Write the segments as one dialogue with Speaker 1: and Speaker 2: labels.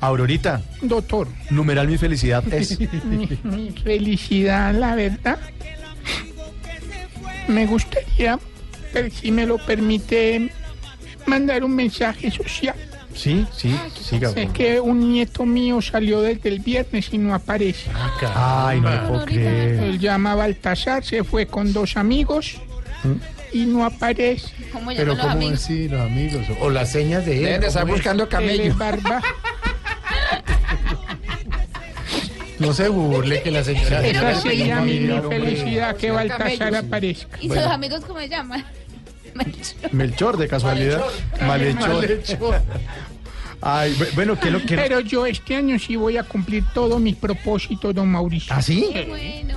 Speaker 1: Aurorita,
Speaker 2: Doctor,
Speaker 1: numeral mi felicidad es.
Speaker 2: mi, mi felicidad, la verdad. Me gustaría, pero si me lo permite, mandar un mensaje social.
Speaker 1: Sí, sí, siga.
Speaker 2: Es que un nieto mío salió desde el viernes y no aparece.
Speaker 1: Ay, no lo puedo creer.
Speaker 2: Él llama Baltasar, se fue con dos amigos y no aparece.
Speaker 3: ¿Cómo llaman
Speaker 4: Pero
Speaker 3: los
Speaker 4: cómo
Speaker 3: amigos?
Speaker 4: decir los amigos o, o las señas de él.
Speaker 5: Deben de estar
Speaker 4: ¿cómo es?
Speaker 5: buscando
Speaker 2: Él
Speaker 5: camello.
Speaker 2: es barba.
Speaker 4: No se burle que la señora.
Speaker 3: Pero
Speaker 2: Esa
Speaker 3: no voy a
Speaker 2: sería mi, mi
Speaker 4: Mira, hombre.
Speaker 2: felicidad, que Baltasar aparezca.
Speaker 3: ¿Y sus amigos cómo se llaman? Melchor.
Speaker 1: Melchor, de casualidad. Malhechor. Ay, bu- bueno, ¿qué lo que
Speaker 2: Pero yo este año sí voy a cumplir todos mis propósitos, don Mauricio.
Speaker 4: ¿Ah,
Speaker 1: ¿Así?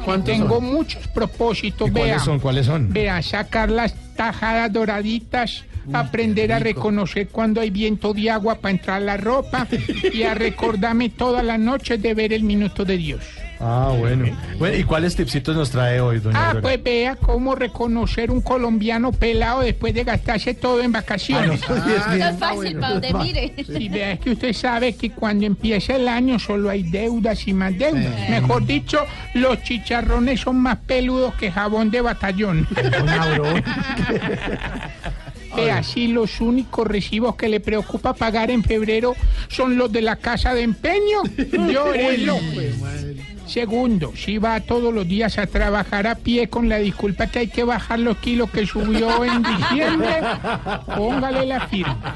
Speaker 3: Bueno.
Speaker 2: Tengo muchos propósitos.
Speaker 1: ¿Y
Speaker 2: Vea,
Speaker 1: cuáles son? ¿Cuáles son?
Speaker 2: vea, sacar las tajadas doraditas, aprender a reconocer cuando hay viento de agua para entrar la ropa y a recordarme todas las noches de ver el minuto de Dios.
Speaker 1: Ah, bueno. Bueno, ¿y cuáles tipsitos nos trae hoy, doña
Speaker 2: Ah,
Speaker 1: Aurora?
Speaker 2: pues vea cómo reconocer un colombiano pelado después de gastarse todo en
Speaker 1: Ah, no,
Speaker 2: vacaciones.
Speaker 1: Dios mío.
Speaker 3: Está fácil, para donde mire.
Speaker 2: Y vea, es que usted sabe que cuando empieza el año solo hay deudas y más deudas. Mejor dicho, los chicharrones son más peludos que jabón de batallón.
Speaker 4: Doña Aurora.
Speaker 2: Vea, si los únicos recibos que le preocupa pagar en febrero son los de la casa de empeño, yo Segundo, si va todos los días a trabajar a pie con la disculpa que hay que bajar los kilos que subió en diciembre, póngale la firma.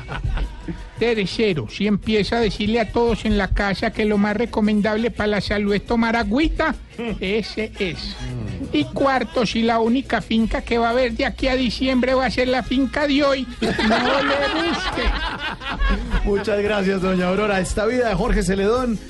Speaker 2: Tercero, si empieza a decirle a todos en la casa que lo más recomendable para la salud es tomar agüita, ese es. Y cuarto, si la única finca que va a haber de aquí a diciembre va a ser la finca de hoy, no le busque.
Speaker 1: Muchas gracias, doña Aurora. Esta vida de Jorge Celedón.